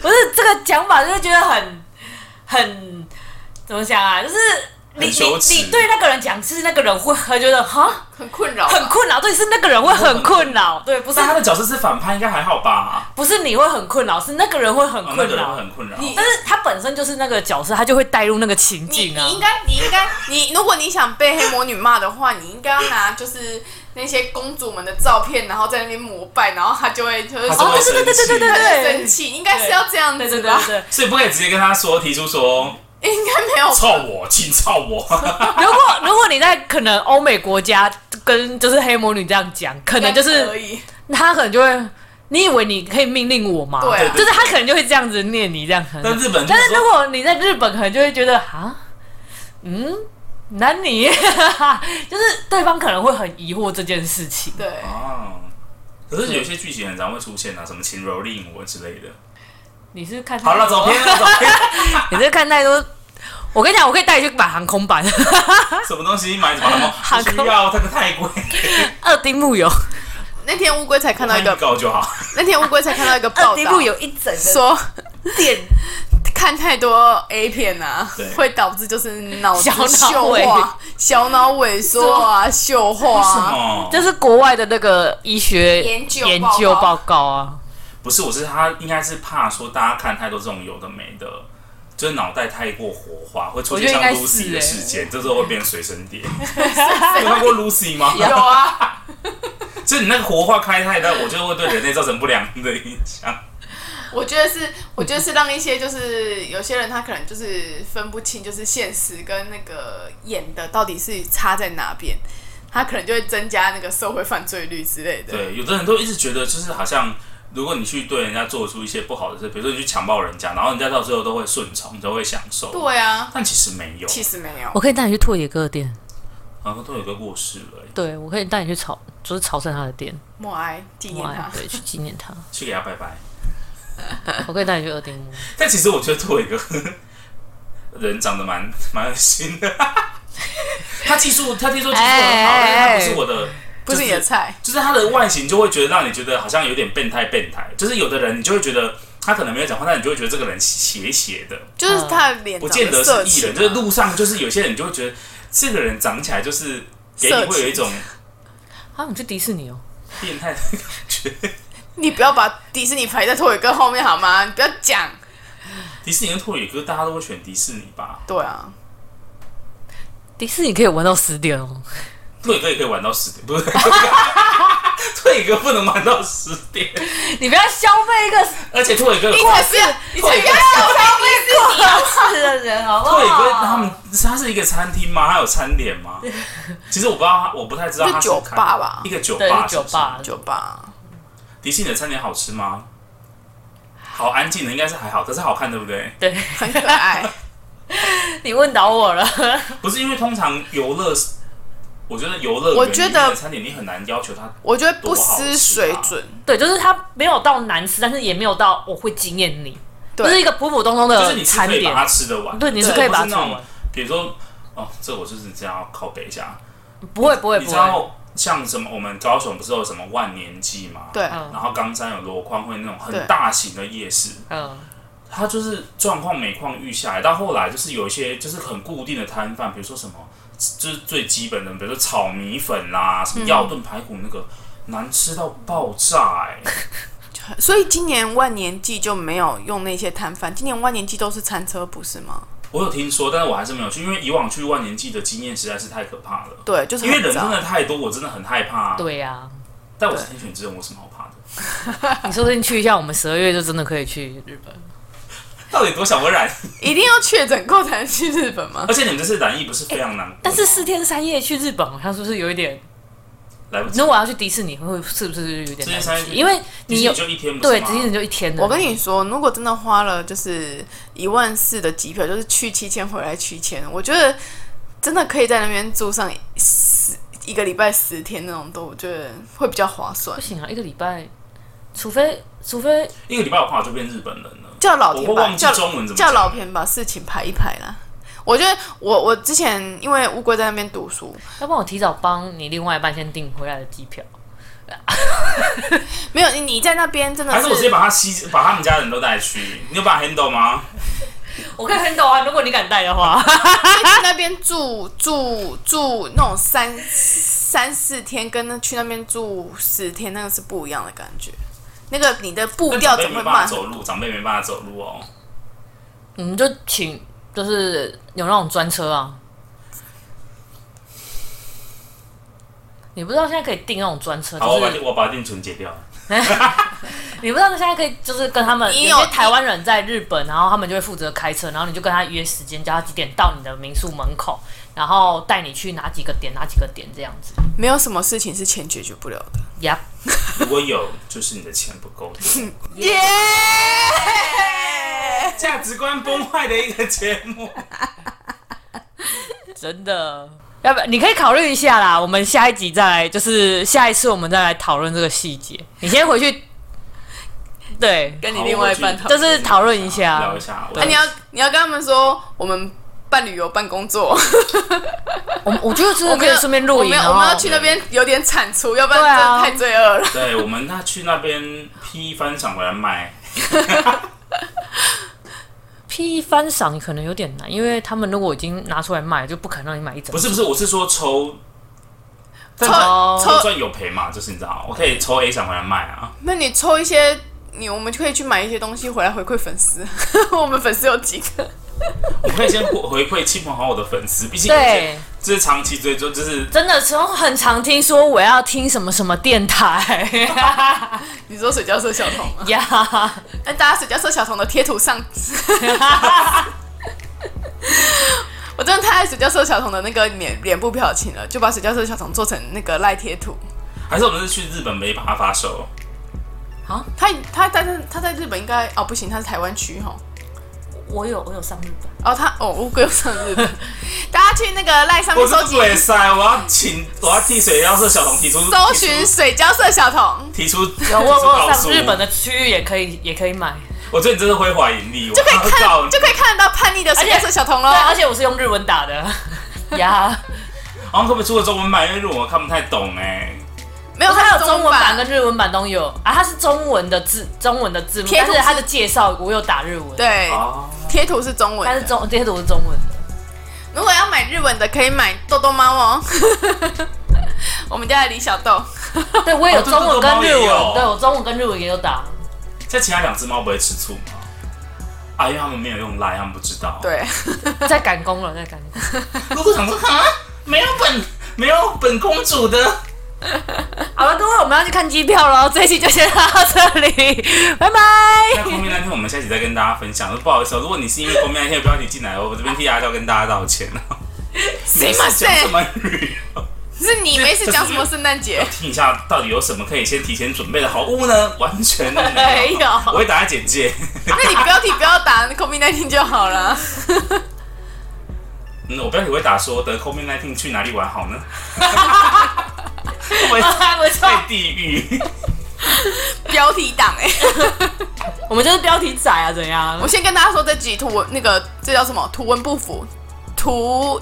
不是这个讲法，就是觉得很很怎么讲啊？就是你很羞耻你你对那个人讲，是那个人会会觉得哈很困扰吧，很困扰，对，是那个人会很困扰，对，不 [laughs] 是但他的角色是反派，应该还好吧？不是你会很困扰，是那个人会很哦那困个人扰会。很困扰。你但是他本身就是那个角色，他就会带入那个情你境啊你。应该你应该你，如果你想被黑魔女骂的话，你应该要拿就是那些公主们的照片，然后在那边膜拜，然后她就会就是他就，哦会对对对对对她就对生对，气，应该是要这样对子对吧对？对。所以不可以直接跟他说，提出说应该没有操我，请操我。 [laughs] 如果如果你在可能欧美国家跟就是黑魔女这样讲，可能就应该可是以。他可能就会，你以为你可以命令我吗？对啊就是他可能就会这样子念你这样。可能但日本人就但是说如果你在日本，可能就会觉得啊，嗯，那你 [laughs] 就是对方可能会很疑惑这件事情。对，哦，可是有些剧情很常会出现啊，什么情柔令我之类的。你是看太好了，走偏了，走偏了。 [laughs] 你是看太多。我跟你讲，我可以带你去买航空版 [laughs] 什么东西买什么了吗？好不需要，这个太贵，二丁目有，那天乌龟才看到一预个，告就好。那天乌龟才看到一个二报丁目道，有一 [laughs] 整个说店，看太多 A 片啊对，会导致就是脑子小脑秀化、小脑萎缩啊、秀化为什啊。么？这是国外的那个医学研究报告研究报告啊。不是，我是他应该是怕说大家看太多这种有的没的，就是脑袋太过活化，会出现像我觉得应该是 Lucy 欸的事件，这时候会变随身 [laughs] 碟。 [laughs] 你有看过 Lucy 吗？有啊，就是你那个活化开太大，我就会对人类造成不良的影响。我觉得是，我觉得是让一些就是有些人他可能就是分不清，就是现实跟那个演的到底是差在哪边，他可能就会增加那个社会犯罪率之类的。对，有的人都一直觉得，就是好像如果你去对人家做出一些不好的事，比如说你去强暴人家，然后人家到最后都会顺从，都会享受。对啊，但其实没有。其实没有我。可以带你去拓野哥的店，好像都有个故事了欸，对对我可以带你去朝，就是朝圣他的店，默哀纪念哇他，对，去纪念他。去给他拜拜。我可以带你去二丁目，但其实我觉得拓一个 [laughs] 人长得蛮蛮恶心的， [laughs] 他技术他听说技术很好，哎但是他不是我的，不是你的菜。就是他的外形就会觉得让你觉得好像有点变态变态，就是有的人你就会觉得他可能没有讲话，但你就会觉得这个人斜斜的，就是他的脸不长见得得是色艺情人，就是啊，路上就是有些人你就会觉得这个人长起来就是给你色会有一种 [laughs] 啊，你去迪士尼哦。变态的 [laughs] 感觉。你不要把迪士尼排在拖尾哥后面好吗？你不要讲。迪士尼跟拓野哥大家都会选迪士尼吧？对啊，迪士尼可以玩到十点哦，嗯退哥也可以玩到十点，不 [laughs] 是？退哥不能玩到十点， [laughs] 你不要消费一个 [laughs] 而且退哥，你退才不要，你才不要消费过世的人，好不好？哥他们他是一个餐厅吗？他有餐点吗？其实我不知道，我不太知道是他是酒吧开吧一个酒对，吧，是酒是不是吧，酒吧。迪士尼的餐点好吃吗？好安静的，应该是还好，可是好看对不对？对， [laughs] 很可 [laughs] 爱。你问倒我了。不是因为通常游乐，我觉得游乐园我觉得里面的餐点你很难要求它我觉得不失水准，对，就是它没有到难吃，但是也没有到我会惊艳你，对就是一个普普通通就是的你是可呃餐以把点。它吃得完，对你是可以把它不吃那种完，比如说，哦，这我就是这样要拷贝一下。不会不会你不知会。道像什么？我们高雄不是有什么万年祭吗？。对，嗯然后冈山有箩筐会那种对很大型的夜市，嗯，它就是状况每况愈下来。欸到后来就是有一些就是很固定的摊贩，比如说什么，就是最基本的，比如说炒米粉啦、什嗯么药炖排骨那个，难吃到爆炸哎、所以今年万年祭就没有用那些摊贩，今年万年祭都是餐车，不是吗？我有听说，但是我还是没有去，因为以往去万年祭的经验实在是太可怕了。对，就是因为很人真早。的太多，我真的很害怕、啊。对呀、但我是天选之人，我有什么好怕的？你说不定去一下，我们十二月就真的可以去日本。到底多想我染？一定要确诊够才能去日本吗？而且你们这次染疫不是非常难过吗、哎但是四天三夜去日本，好像是不是有一点？来不及如。果要去迪士尼，会是不是有点四天难三去？夜因为迪你士有尼就一天不是对吗迪士尼就一天的。我跟你说，如果真的花了就是一万四的机票，就是去七千回来七千，我觉得真的可以在那边住上十一个礼拜十天那种都，我觉得会比较划算不。行啊，一个礼拜，除非除非一个礼拜我怕我就变日本人了。叫老我田会吧，忘记叫中文怎么叫讲老田把事情排一排啦。我觉得我我之前因为乌龟在那边读书，要不然我提早帮你另外一半先订回来的机票。没有你你在那边真的还是我直接把他吸，把他们家人都带去？你有把 handle 吗？我可以很懂啊，如果你敢带的话。去那边住住住那种三三四天，跟那去那边住十天那个是不一样的感觉。那个你的步那长调辈怎没么会办法慢？走路，长辈没办法走路哦。我们就请就是有那种专车啊。你不知道现在可以订那种专车，好，我就把是我把定存解掉了。你不知道现在可以就是跟他们你有有些台湾人在日本，然后他们就会负责开车，然后你就跟他约时间，叫他几点到你的民宿门口，然后带你去哪几个点哪几个点这样子。没有什么事情是钱解决不了的。呀、如果有，就是你的钱不够多。耶、 [laughs] 价值观崩坏的一个节目。真的。要不你可以考虑一下啦，我们下一集再来，就是下一次我们再来讨论这个细节。你先回去，对，跟好我去讨就论是讨论一下，聊一下。我啊你要你要跟他们说，我们办旅游办工作，我们我觉得真我的们可以要顺便我录影，们要然我们要后去那边有点产出，要不然对真啊的太罪恶了。对，我们那去那边批翻赏回来卖。 P 翻赏可能有点难，因为他们如果已经拿出来卖，就不可能让你买一整。不是不是，我是说抽，但哦抽赚有赔嘛，就是你知道，我可以抽 A 赏回来卖啊。那你抽一些，你我们就可以去买一些东西回来回馈粉丝。 [laughs] 我们粉丝有几个？我可以先回馈亲朋好友的粉丝，毕竟有些对，这是长期追踪，就是真的从很常听说我要听什么什么电台 [laughs] 你说水饺社小童吗？呀，那哎大家水饺社小童的贴图上， [laughs] 我真的太爱水饺社小童的那个脸脸部表情了，就把水饺社小童做成那个赖贴图。还是我们是去日本没把它发售，他他但是他在日本应该哦不行，他是台湾区吼。我有我有上日本，哦，他哦，乌龟又上 [laughs] 日本，大家去那个赖上我面是搜集鬼塞，我要请我要替水妖社小童提出搜寻水饺社小童，提出提出有我我告有诉上日本，的区域也可以也可以买，我觉得你真的挥霍盈利，我就可以要告看你就可以看得到叛逆的水饺社小童喽对，。而且我是用日文打 [laughs] 的呀，然后可不可以出个中文版？因为日文我看不太懂哎、没有，它他有中文版跟日文版都有啊，它是中文的字中文的字幕，贴但图是是它的介绍我有打日文，，对哦，贴图是中文但的，是中这些都是中文的。如果要买日文的，可以买豆豆猫哦。 [laughs] 我们家的李小豆，对，我也有哦对中这文跟日个猫也文，有对我中文跟日文也有打。这其他两只猫不会吃醋吗？啊，因为他们没有用赖，他们不知道。，对， [laughs] 在赶工了，在赶工。如果想说啊，没有本没有本公主的，好了，各位，我们要去看机票了，这一期就先到这 [laughs] 里，那拜拜。公面那天我们下期再跟大家分享。不好意思、哦，如果你是因为公面那天的标题进来，我这边替阿娇跟大家道歉哦。谁没事嘛讲谁什么语？是你没事讲什么圣诞节要？听一下到底有什么可以先提前准备的好物呢？完全都没没有。有，我会打在简介。那你标题不要打 COVID 1 9就好了。嗯，我标题会打说得 COVID-19 去哪里玩 [laughs] 好呢？会不会不错，太地狱。标题党哎、我们就是标题仔啊，怎样 [laughs] 我？先跟大家说这集图文那个这叫什么？图文不符，图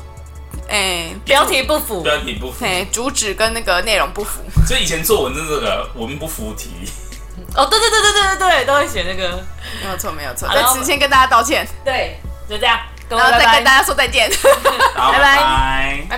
哎标题不符，标题不符哎、，主旨跟那个内容不符。所以以前作文就是这个文不符 [laughs] 题。哦，对对对对对对对，都会写那个，没有错，没有错。好了在我此先跟大家道歉，对，就这样，跟我然拜后再拜跟大。家说再见。 [laughs] 好，拜拜拜拜。